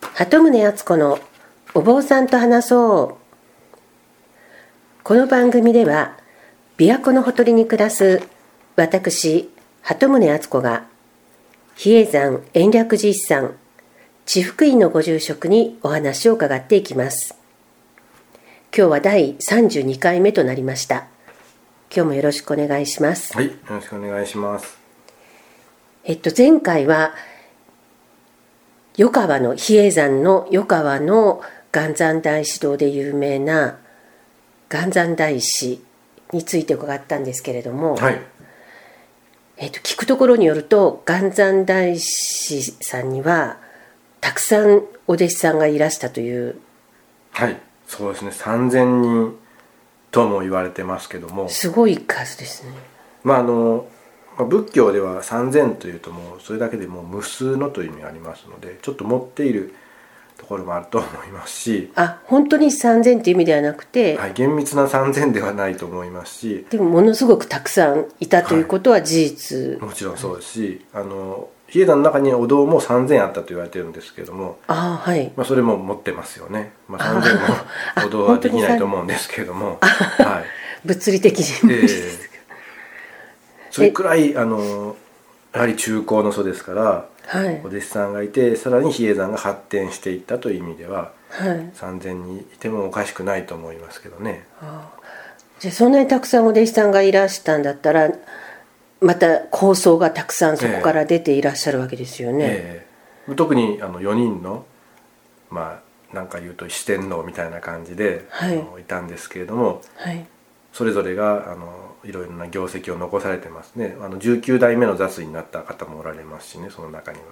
鳩宗敦子のお坊さんと話そうこの番組では琵琶湖のほとりに暮らす私鳩宗敦子が比叡山延暦寺一山地福院のご住職にお話を伺っていきます今日は第32回目となりました今日もよろしくお願いしますはい、よろしくお願いします。えっと、前回は余川の比叡山の余川の岩山大師堂で有名な岩山大師について伺ったんですけれども、はい、えっと、聞くところによると岩山大師さんにはたくさんお弟子さんがいらしたというはい、そうですね、3000人とも言われてますけども、すごい数ですね。まああの、まあ仏教では3000というともうそれだけでもう無数のという意味がありますので、ちょっと持っているところもあると思いますし、あ本当に3,000っていう意味ではなくて、はい、厳密な3000ではないと思いますし、でもものすごくたくさんいたということは事実、もちろんそうですし、あの比叡山の中にお堂も3000あったと言われてるんですけども、ああはいまあ、それも持ってますよね。まあ、3000もお堂はできないと思うんですけども、はい。物理的に無理えですけどえそれくらいあのやはり中高の祖ですからはいお弟子さんがいてさらに比叡山が発展していったという意味でははい、 3,000人いてもおかしくないと思いますけどねじゃあそんなにたくさんお弟子さんがいらしたんだったらまた構想がたくさんそこから出ていらっしゃるわけですよね。ええ特にあの4人のまあなんか言うと四天王みたいな感じで、はいあのいたんですけれどもはい、それぞれがあのいろいろな業績を残されてますねあの19代目の雑位になった方もおられますしねその中には。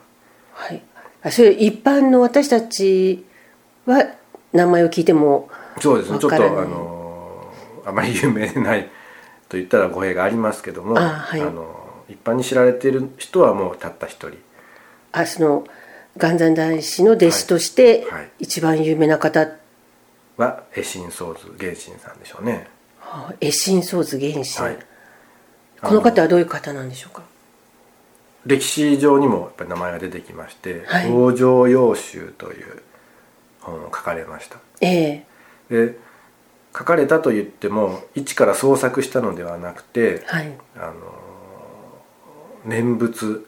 はい、あそれ一般の私たちは名前を聞いてもそうですねちょっわとあからないのーあまり有名でないと言ったら語弊がありますけどもあはいのー一般に知られている人はもうたった一人あその岩山大師の弟子としてはいはい一番有名な方、は絵心僧図芸心さんでしょうね、あ絵心僧図原神、はい、この方はどういう方なんでしょうか歴史上にもやっぱり名前が出てきまして「はい往生要集」という本を書かれましたえで書かれたと言っても一から創作したのではなくてえはいあのー念仏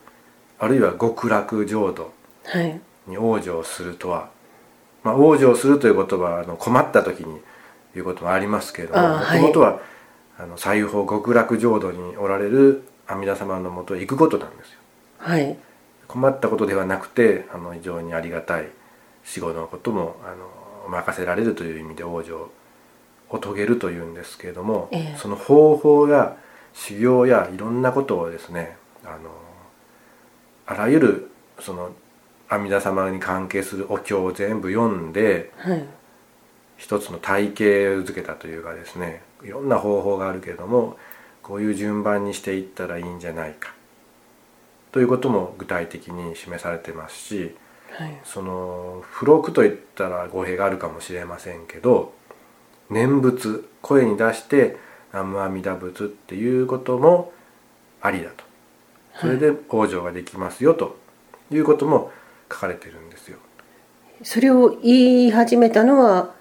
あるいは極楽浄土はいに往生するとは、まあ、往生するという言葉はあの困った時に言うこともありますけれどもああもともとはあの西方極楽浄土におられる阿弥陀様のもとへ行くことなんですよはい困ったことではなくてあの非常にありがたい死後のこともあの任せられるという意味で往生を遂げるというんですけれども、ええその方法や修行やいろんなことをですねあのあらゆるその阿弥陀様に関係するお経を全部読んではい一つの体系づけたというかですねいろんな方法があるけれどもこういう順番にしていったらいいんじゃないかということも具体的に示されてますしはいその付録といったら語弊があるかもしれませんけど念仏声に出して「南無阿弥陀仏」っていうこともありだとそれで往生ができますよということも書かれてるんですよ。それを言い始めたのは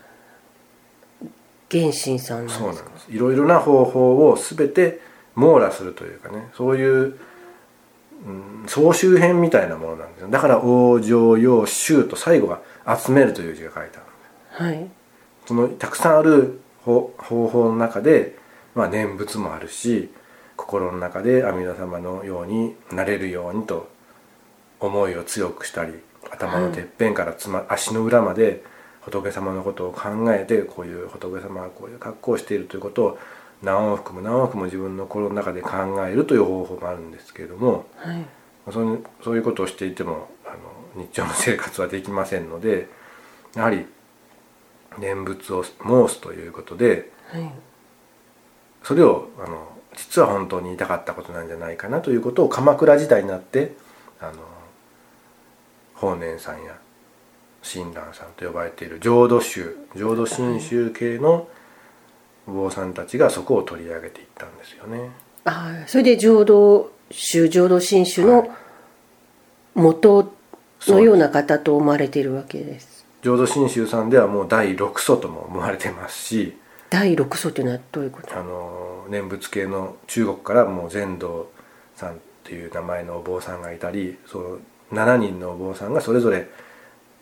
源信さんなんでそうなすんかですいろいろな方法を全て網羅するというかねそういう、うん、総集編みたいなものなんですよだから「往生要集」と最後が「集める」という字が書いてあるはいそのたくさんある方方法の中で、まあ、念仏もあるし心の中で阿弥陀様のようになれるようにと思いを強くしたり頭のてっぺんからつ、ま、足の裏まで仏様のことを考えてこういう仏様はこういう格好をしているということを何往復も何往復も自分の心の中で考えるという方法もあるんですけれどもはいそういうそういうことをしていてもあの日常の生活はできませんのでやはり念仏を申すということではいそれをあの実は本当に言いたかったことなんじゃないかなということを鎌倉時代になってあの法然さんや親鸞さんと呼ばれている浄土宗浄土真宗系のお坊さんたちがそこを取り上げていったんですよね。ああそれで浄土宗浄土真宗の元のような方と思われているわけです浄土真宗さんではもう第6祖とも思われてますし第六祖というのはどういうことあの念仏系の中国からもう禅道さんっていう名前のお坊さんがいたりその7人のお坊さんがそれぞれ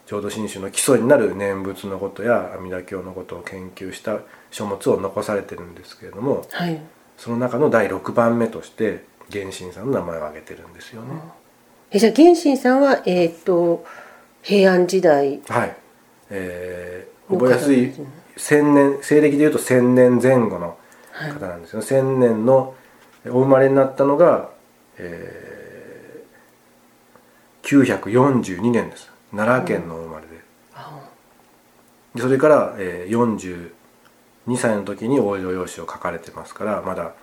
浄土真宗の基礎になる念仏のことや阿弥陀経のことを研究した書物を残されてるんですけれどもはいその中の第6番目として源信さんの名前を挙げてるんですよね。えじゃあ源信さんはえっ、と平安時代はい、えー、の方覚なえやすんいですね千年西暦でいうと千年前後のはい方なんですよ、千年のお生まれになったのが、えー、942年です奈良県のお生まれで,、あでそれから、えー、42歳の時に往生用紙を書かれてますからまだ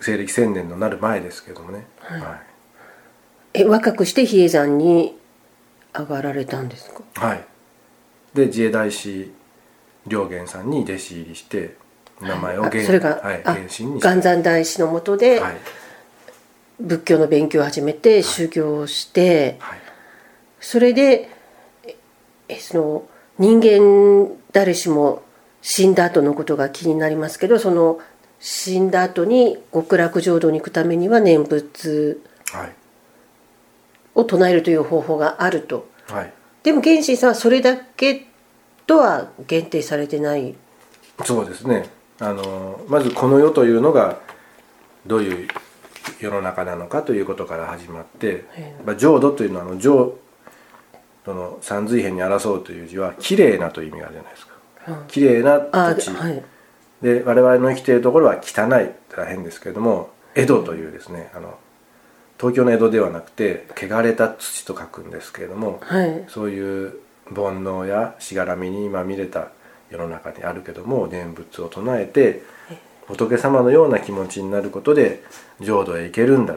西暦千年のなる前ですけどもね、はいはいえ若くして比叡山に上がられたんですかはい、で自衛大師良源さんに弟子入りして名前をあ源それが、はい、あ源信にして元山大師のもとではい仏教の勉強を始めて修行をして、はい、それでええその人間誰しも死んだ後のことが気になりますけどその死んだ後に極楽浄土に行くためには念仏はいを唱えるという方法があるとはい、でも源信さんはそれだけとは限定されてないそうですねあのまずこの世というのがどういう世の中なのかということから始まって、まあ、浄土というのはあの浄土の三髄辺に争うという字は綺麗なという意味があるじゃないですかうん綺麗なあ土地、はいで我々の生きているところは汚い大変ですけれども江戸というですねあの東京の江戸ではなくて汚れた土と書くんですけれどもはいそういう煩悩やしがらみにまみれた世の中にあるけども念仏を唱えて仏様のような気持ちになることで浄土へ行けるんだ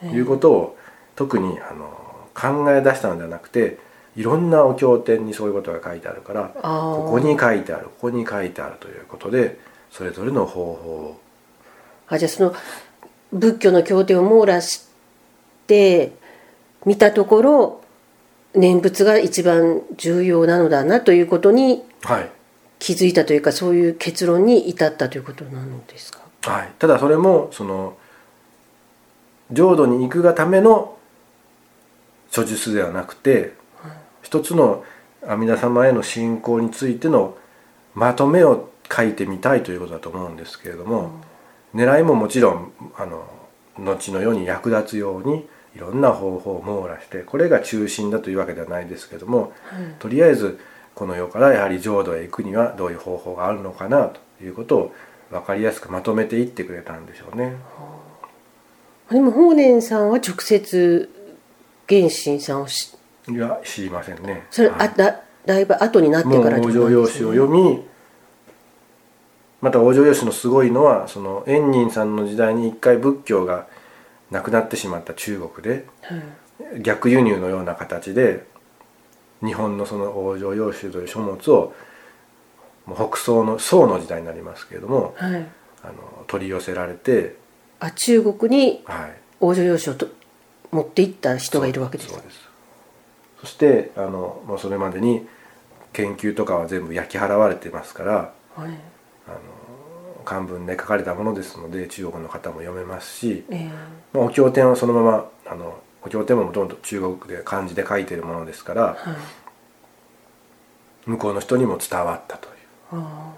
ということを特にあの考え出したのではなくていろんなお経典にそういうことが書いてあるからあーここに書いてあるここに書いてあるということでそれぞれの方法あじゃあその仏教の経典を網羅して見たところ念仏が一番重要なのだなということにを、はい気づいたというかそういう結論に至ったということなんですかはい、ただそれもその浄土に行くがための諸術ではなくて一つの阿弥陀様への信仰についてのまとめを書いてみたいということだと思うんですけれども、狙いももちろんあの後の世に役立つようにいろんな方法を網羅してこれが中心だというわけではないですけども、とりあえずこの世からやはり浄土へ行くにはどういう方法があるのかなということを分かりやすくまとめていってくれたんでしょうね。でも法然さんは直接源信さんをしいや知りませんね。それ、はあいだだいぶ後になってもうからってこ往生となん用で紙すねを読みまた往生用紙のすごいのはその円仁さんの時代に一回仏教がなくなってしまった中国ではい逆輸入のような形で日本のその往生用紙という書物をもう北宋の宋の時代になりますけれどもはい、あの取り寄せられて、あ中国にはい、往生用紙をと持っていった人がいるわけですそうかですそしてあのもうそれまでに研究とかは全部焼き払われてますからはい漢文で書かれたものですので中国の方も読めますし、えまあ、お経典はそのままあのお経典ももともと中国で漢字で書いてるものですからえはい向こうの人にも伝わったという。あ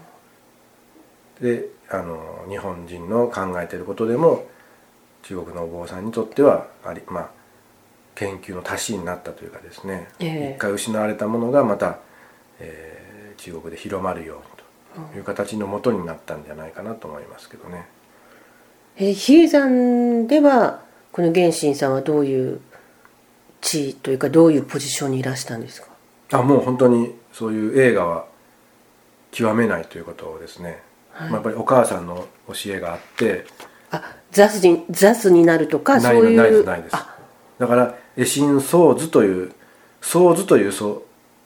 であの日本人の考えていることでも中国のお坊さんにとってはあり、まあ、研究の足しになったというかですね、ええ一回失われたものがまた、えー中国で広まるようにという形のもとになったんじゃないかなと思いますけどね。ーえー比叡山ではこの源信さんはどういう地位というかどういうポジションにいらしたんですかあもう本当にそういう映画は極めないということをですね、まあ、やっぱりお母さんの教えがあって。あ雑に雑になるとかそなういのいうないですないですあだから「絵心宗図」という「宗図」というそう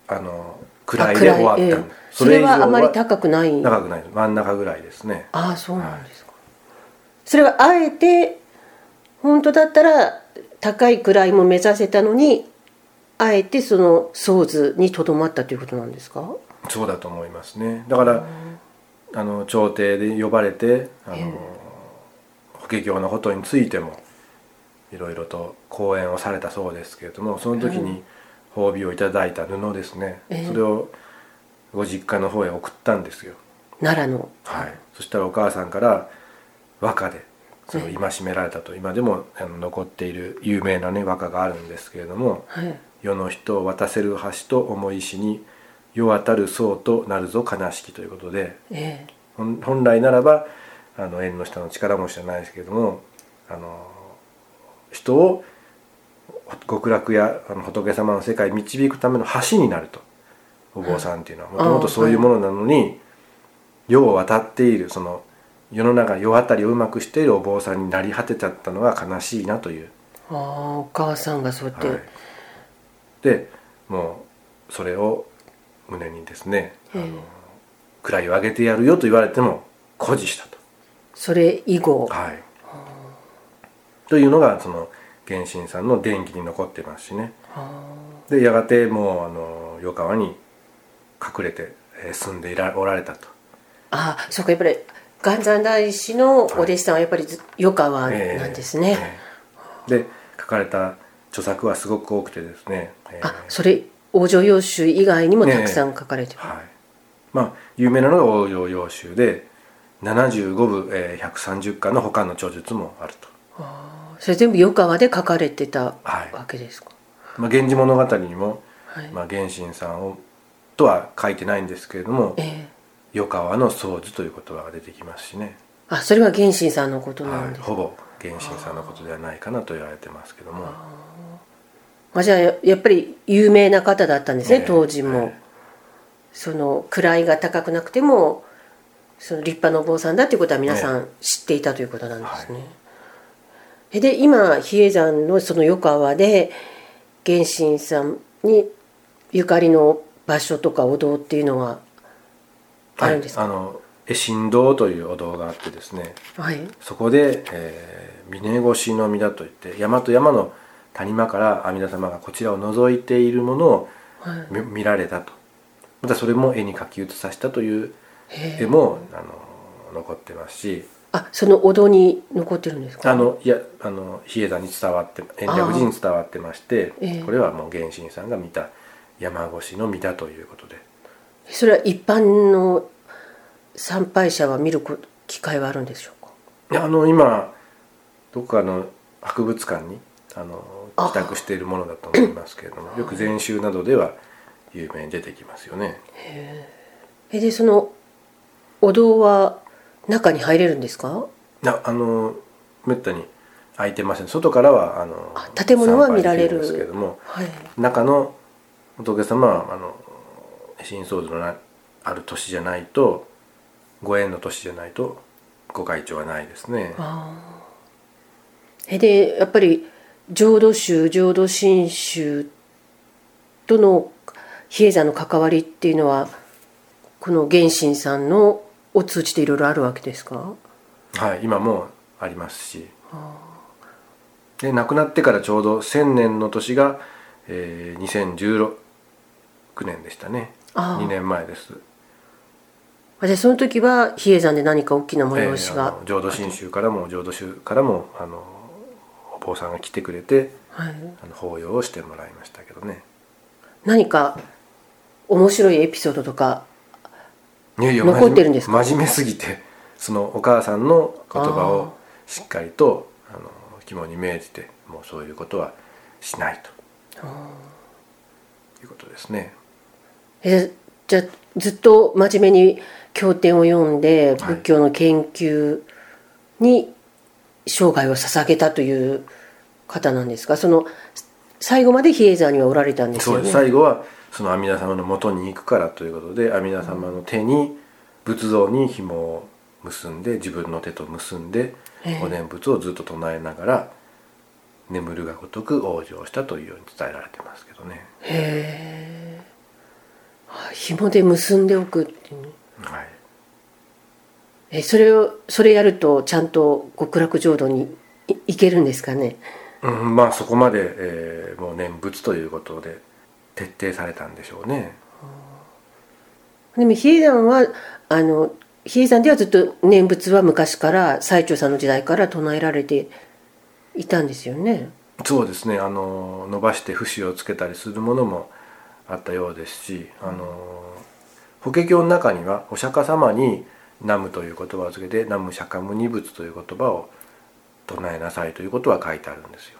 あのあ位で終わったええのそれはあまり高高くないあくない真ん中ぐらいですねあそうなんですか、それはあえて本当だったら高い位も目指せたのにあえてその想図にとどまったということなんですかそうだと思いますねだから、あの朝廷で呼ばれてあの、ええ法華経のことについてもいろいろと講演をされたそうですけれどもその時に褒美をいただいた布ですね、ええそれをご実家の方へ送ったんですよ、奈良のはい、そしたらお母さんから和歌でそれを戒められたと、今でもあの残っている有名なね和歌があるんですけれどもはい「世の人を渡せる橋と思いしに世渡る層となるぞ悲しき」ということでええ本本来ならばあの縁の下の力持ちじゃないですけれどもあの人を極楽やあの仏様の世界に導くための橋になるとお坊さんっていうのはもあともとそういうものなのに世を渡っているその世の中世渡りをうまくしているお坊さんになり果てちゃったのが悲しいなという。ああお母さんがそうやって、はい、でもうそれを胸にですねあのええ位を上げてやるよと言われても誇示したと。それ以後、はい、というのがその源信さんの伝記に残ってますしねあでやがてもうあの横川に隠れてえー住んでいらおられたと、ああそうかやっぱり元山大師のお弟子さんはやっぱりず余川えーなんですね、えーで書かれた著作はすごく多くてですね、えーあそれ往生要集以外にもたくさん書かれてる、はい、まあ有名なのが応用要集で75部、えー130巻の他の著述もあると、ああそれ全部余川で書かれてたはいわけですか、まあ、源氏物語にも、はいまあ、源信さんをとは書いてないんですけれども、ええ与川の宗図という言葉が出てきますしね、あそれは源信さんのことなんはでい、す、ほぼ源信さんのことではないかなと言われてますけどもまあ、じゃあややっぱり有名な方だったんですね、ええ当時も、ええその位が高くなくてもその立派なお坊さんだということは皆さん知っていたということなんですね、えで今比叡山のその横川で源信さんにゆかりの場所とかお堂っていうのはあはるいんですかあの絵神堂というお堂があってですねはい、そこで、えー峰越しの宮といって山と山の谷間から阿弥陀様がこちらを覗いているものをはい見見られたとまたそれも絵に描き写させたというへえ絵もあの残ってますしあそのお堂に残ってるんですかあのいやあの比叡山に伝わって延暦寺に伝わってまして、ええこれはもう源信さんが見た山越しの見たということでそれは一般の参拝者は見ること機会はあるんでしょうかいやあの今どこかの博物館にあのあ寄託しているものだと思いますけれどもよく禅宗などでは有名に出てきますよねえでそのお堂は中に入れるんですかなあのめったに開いてません外からはあのあ建物は見られる参拝できんですけれどもはい中の仏様はあの新僧侶のなある年じゃないとご縁の年じゃないとご会長はないですねあーえでやっぱり浄土宗浄土真宗との比叡山の関わりっていうのはこの源信さんのを通じていろいろあるわけですかはい今もありますしで亡くなってからちょうど1000年の年が、えー2016年でしたねあー2年前ですあじゃあその時は比叡山で何か大きな催しえーがあ、の浄土真宗からも浄土宗からもあのお坊さんが来てくれてはい、あの法要をしてもらいましたけどね何か面白いエピソードとかいやいや残ってるんですか真面真面目すぎてそのお母さんの言葉をしっかりとあの肝に銘じてもうそういうことはしないということですねえじゃあずっと真面目に経典を読んではい仏教の研究に生涯を捧げたという方なんですがその最後まで比叡山にはおられたんですそうよでねす最後はその阿弥陀様の元に行くからということで阿弥陀様の手に仏像に紐を結んで自分の手と結んでええお念仏をずっと唱えながら眠るがごとく往生したというように伝えられてますけどね。へえあ紐で結んでおくっていうはいえそれをそれやるとちゃんと極楽浄土にい行けるんですかねうん、まあそこまで、えーもう念仏ということで徹底されたんでしょうねでも比叡山はあの比叡山ではずっと念仏は昔から最澄さんの時代から唱えられていたんですよね。そうですねあの伸ばして節をつけたりするものもあったようですしあの法華経の中にはお釈迦様に「ナム」という言葉をつけて「ナム釈迦無二仏」という言葉を唱えなさいということは書いてあるんですよ。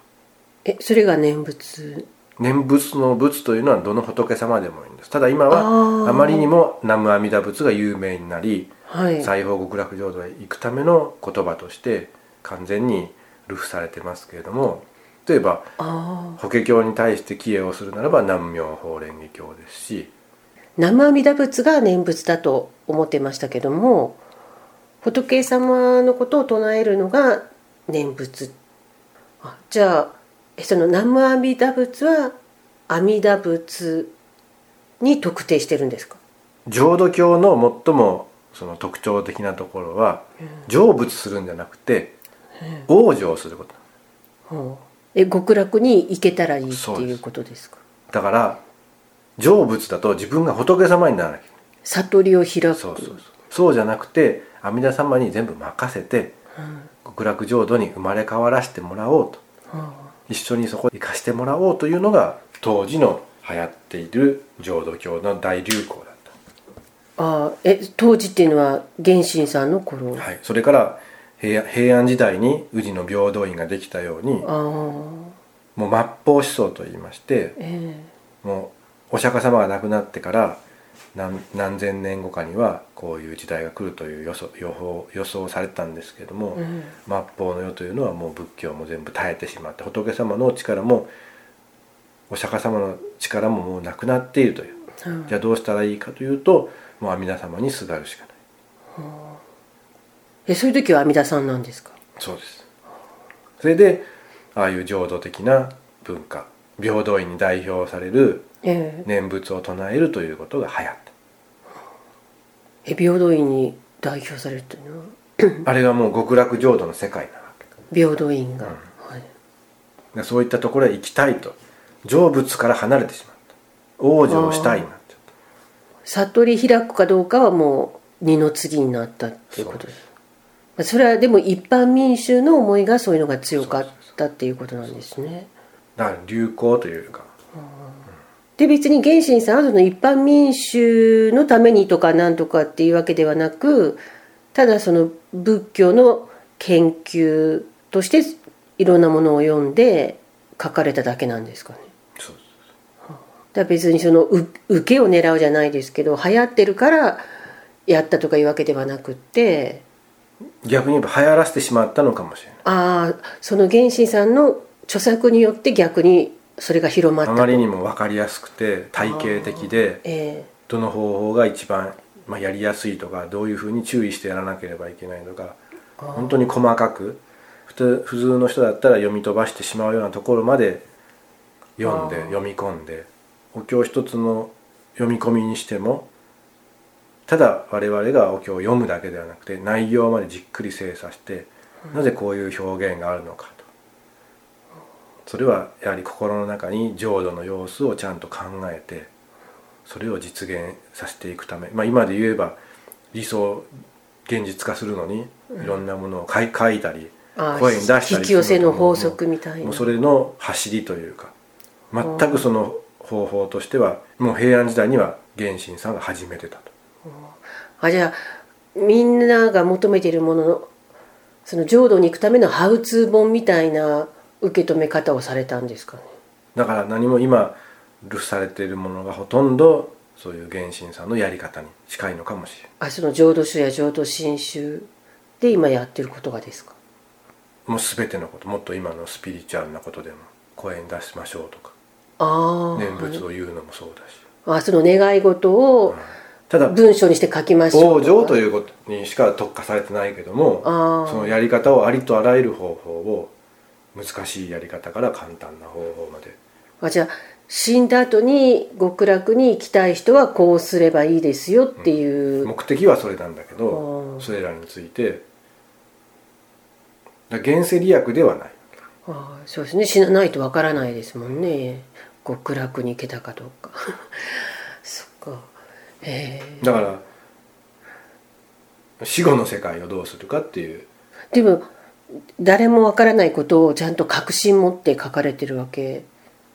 えそれが念仏念仏の仏というのはどの仏様でもいいんですただ今あーはあまりにも南無阿弥陀仏が有名になりはい西方極楽浄土へ行くための言葉として完全に流布されてますけれども例えばああ法華経に対して帰依をするならば南無妙法蓮華経ですし生阿弥陀仏が念仏だと思ってましたけども仏様のことを唱えるのが念仏あじゃあえその南無阿弥陀仏は阿弥陀仏に特定してるんですか浄土教の最もその特徴的なところは成仏するんじゃなくて往生することうんえ極楽に行けたらいいってそういでうすことですかだから成仏だと自分が仏様にならなきゃ悟りを開くそうそうそうそうじゃなくて阿弥陀様に全部任せてうん極楽浄土に生まれ変わらせてもらおうとあ一緒にそこに行かしてもらおうというのが当時の流行っている浄土教の大流行だっあえ当時っていうのは源信さんの頃、た、はい、それから平平安時代に宇治の平等院ができたようにああもう末法思想といいましてええもうお釈迦様が亡くなってから何何千年後かにはこういう時代が来るという予想予報予想されてたんですけれども、うん末法の世というのはもう仏教も全部耐えてしまって仏様の力もお釈迦様の力ももうなくなっているといううんじゃあどうしたらいいかというともう阿弥陀様にすがるしかないえそういう時は阿弥陀さんなんですかそうですそれでああいう浄土的な文化平等院に代表されるええ念仏を唱えるということが流行っえ平等院に代表されるというのはたあれがもう極楽浄土の世界なわけ平等院が、はい、でそういったところへ行きたいと成仏から離れてしまった往生したいなって悟り開くかどうかはもう二の次になったっていうことですまあそれはでも一般民衆の思いがそういうのが強かったっていうことなんですねだから流行というかで別に源信さんはその一般民衆のためにとかなんとかっていうわけではなくただその仏教の研究としていろんなものを読んで書かれただけなんですかね。そうですだから別にそのう受けを狙うじゃないですけど流行ってるからやったとかいうわけではなくって逆に言えば流行らせてしまったのかもしれないああその源信さんの著作によって逆にそれが広まったあとまりにも分かりやすくて体系的でえどの方法が一番、まあ、やりやすいとかどういうふうに注意してやらなければいけないとか本当に細かく普通普通の人だったら読み飛ばしてしまうようなところまで読んであー読み込んでお経一つの読み込みにしてもただ我々がお経を読むだけではなくて内容までじっくり精査してなぜこういう表現があるのかと。それはやはり心の中に浄土の様子をちゃんと考えてそれを実現させていくため、まあ、今で言えば理想を現実化するのにいろんなものを書い書いたりあー声に出したりする引き寄せの法則みたいなもうそれの走りというか全くその方法としてはもう平安時代には源信さんが始めてたとあじゃあみんなが求めているもののその浄土に行くためのハウツー本みたいな受け止め方をされたんですかね。だから何も今流布されているものがほとんどそういう源信さんのやり方に近いのかもしれないあその浄土宗や浄土真宗で今やってることがですか。もう全てのこともっと今のスピリチュアルなことでも声に出しましょうとかああ、念仏を言うのもそうだし、あその願い事をただ文章にして書きましょう往生とういうことにしか特化されてないけどもあーそのやり方をありとあらゆる方法を難しいやり方から簡単な方法まであじゃあ死んだ後に極楽に行きたい人はこうすればいいですよっていう、目的はそれなんだけあどーそれらについてだから現世利益ではないああそうですね死なないとわからないですもんね極楽に行けたかどうか そっかへえだから死後の世界をどうするかっていうでも誰もわからないことをちゃんと確信持って書かれてるわけ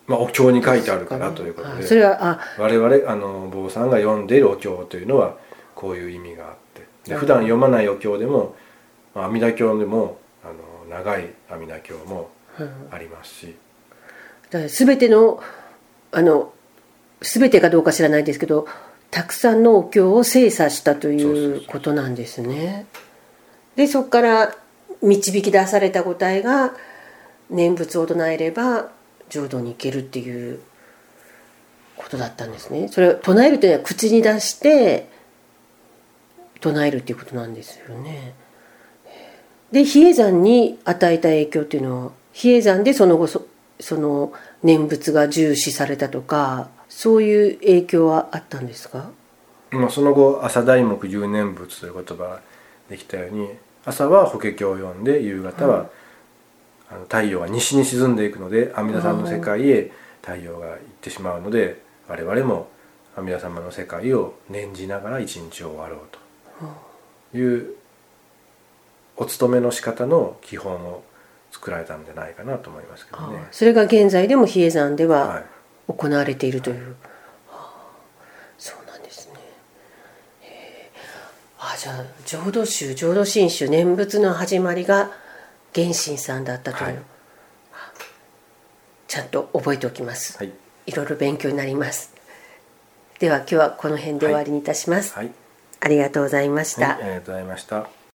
まあお経に書いてあるからということあでそれはあ我々あの坊さんが読んでいるお経というのはこういう意味があってでうん普段読まないお経でもまあ阿弥陀経でもあの長い阿弥陀経もうんありますしだから全てのあの全てかどうか知らないですけどたくさんのお経を精査したとそうそういそううことなんですね。でそこから導き出された答えが念仏を唱えれば浄土に行けるっていうことだったんですね。それを唱えるというのは口に出して唱えるっていうことなんですよね。で比叡山に与えた影響っていうのは比叡山でその後そその念仏が重視されたとかそういう影響はあったんですかまあ、その後朝題目有念仏という言葉ができたように朝は「法華経」を読んで夕方は、あの太陽が西に沈んでいくので阿弥陀さんの世界へ太陽が行ってしまうので我々も阿弥陀様の世界を念じながら一日を終わろうというお勤めの仕方の基本を作られたんじゃないかなと思いますけどね。それが現在でも比叡山でははい行われているという、はあそうなんですねへえあじゃあ浄土宗浄土真宗念仏の始まりが源真さんだったという、はいあちゃんと覚えておきます、はい、いろいろ勉強になります。では今日はこの辺で終わりにいたします。はいありがとうございました。はいありがとうございました。